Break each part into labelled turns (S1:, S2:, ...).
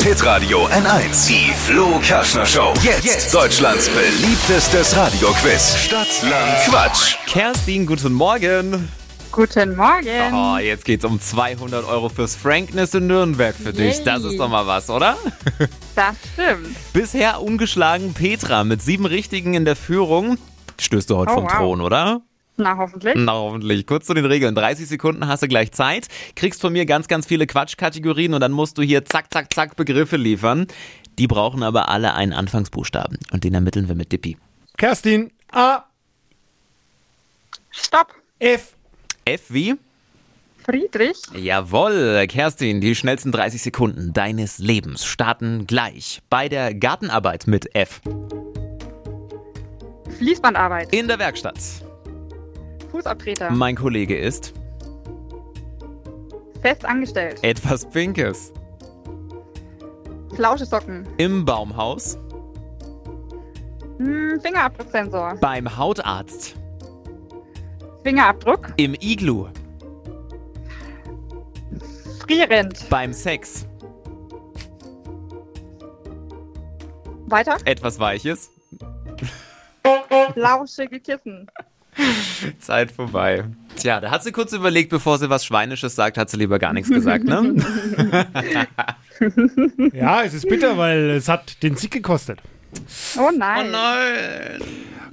S1: Hitradio N1. Die Flo Kaschner Show. Jetzt, Deutschlands beliebtestes Radioquiz. Stadt, Land, Quatsch.
S2: Kerstin, guten Morgen.
S3: Guten Morgen.
S2: Oh, jetzt geht's um 200 Euro fürs Frankness in Nürnberg für dich.
S3: Yay.
S2: Das ist doch mal was, oder?
S3: Das stimmt.
S2: Bisher ungeschlagen Petra mit sieben Richtigen in der Führung. Stößt du heute
S3: Oh,
S2: vom
S3: wow.
S2: Thron, oder?
S3: Na, hoffentlich.
S2: Na, hoffentlich. Kurz zu den Regeln. 30 Sekunden hast du gleich Zeit, kriegst von mir ganz, ganz viele Quatschkategorien und dann musst du hier zack, zack, zack Begriffe liefern. Die brauchen aber alle einen Anfangsbuchstaben und den ermitteln wir mit Dippi.
S4: Kerstin, A,
S3: Stopp.
S4: F.
S2: F wie?
S3: Friedrich.
S2: Jawohl, Kerstin, die schnellsten 30 Sekunden deines Lebens starten gleich bei der Gartenarbeit mit F.
S3: Fließbandarbeit.
S2: In der Werkstatt. Hm.
S3: Fußabtreter.
S2: Mein Kollege ist
S3: Fest angestellt.
S2: etwas Pinkes.
S3: Flauschesocken.
S2: Im Baumhaus.
S3: Hm, Fingerabdrucksensor.
S2: Beim Hautarzt.
S3: Fingerabdruck.
S2: Im Iglu.
S3: Frierend.
S2: Beim Sex.
S3: Weiter.
S2: Etwas Weiches.
S3: Flauschige Kissen.
S2: Zeit vorbei. Tja, da hat sie kurz überlegt, bevor sie was Schweinisches sagt, hat sie lieber gar nichts gesagt, ne?
S4: Ja, es ist bitter, weil es hat den Sieg gekostet.
S3: Oh nein.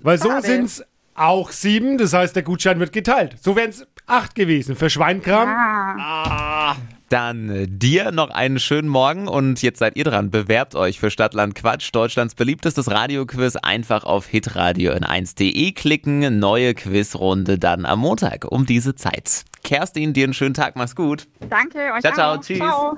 S4: Weil so
S3: Schade.
S4: sind es auch sieben, das heißt, der Gutschein wird geteilt. So wären es acht gewesen für Schweinkram.
S3: Ah,
S2: Dann äh, dir noch einen schönen Morgen und jetzt seid ihr dran. Bewerbt euch für Stadtland Quatsch, Deutschlands beliebtestes Radioquiz. Einfach auf hitradio in 1.de klicken. Neue Quizrunde dann am Montag um diese Zeit. Kerstin, dir einen schönen Tag, mach's gut.
S3: danke euch.
S2: Ciao, ciao,
S3: auch.
S2: tschüss.
S3: Ciao.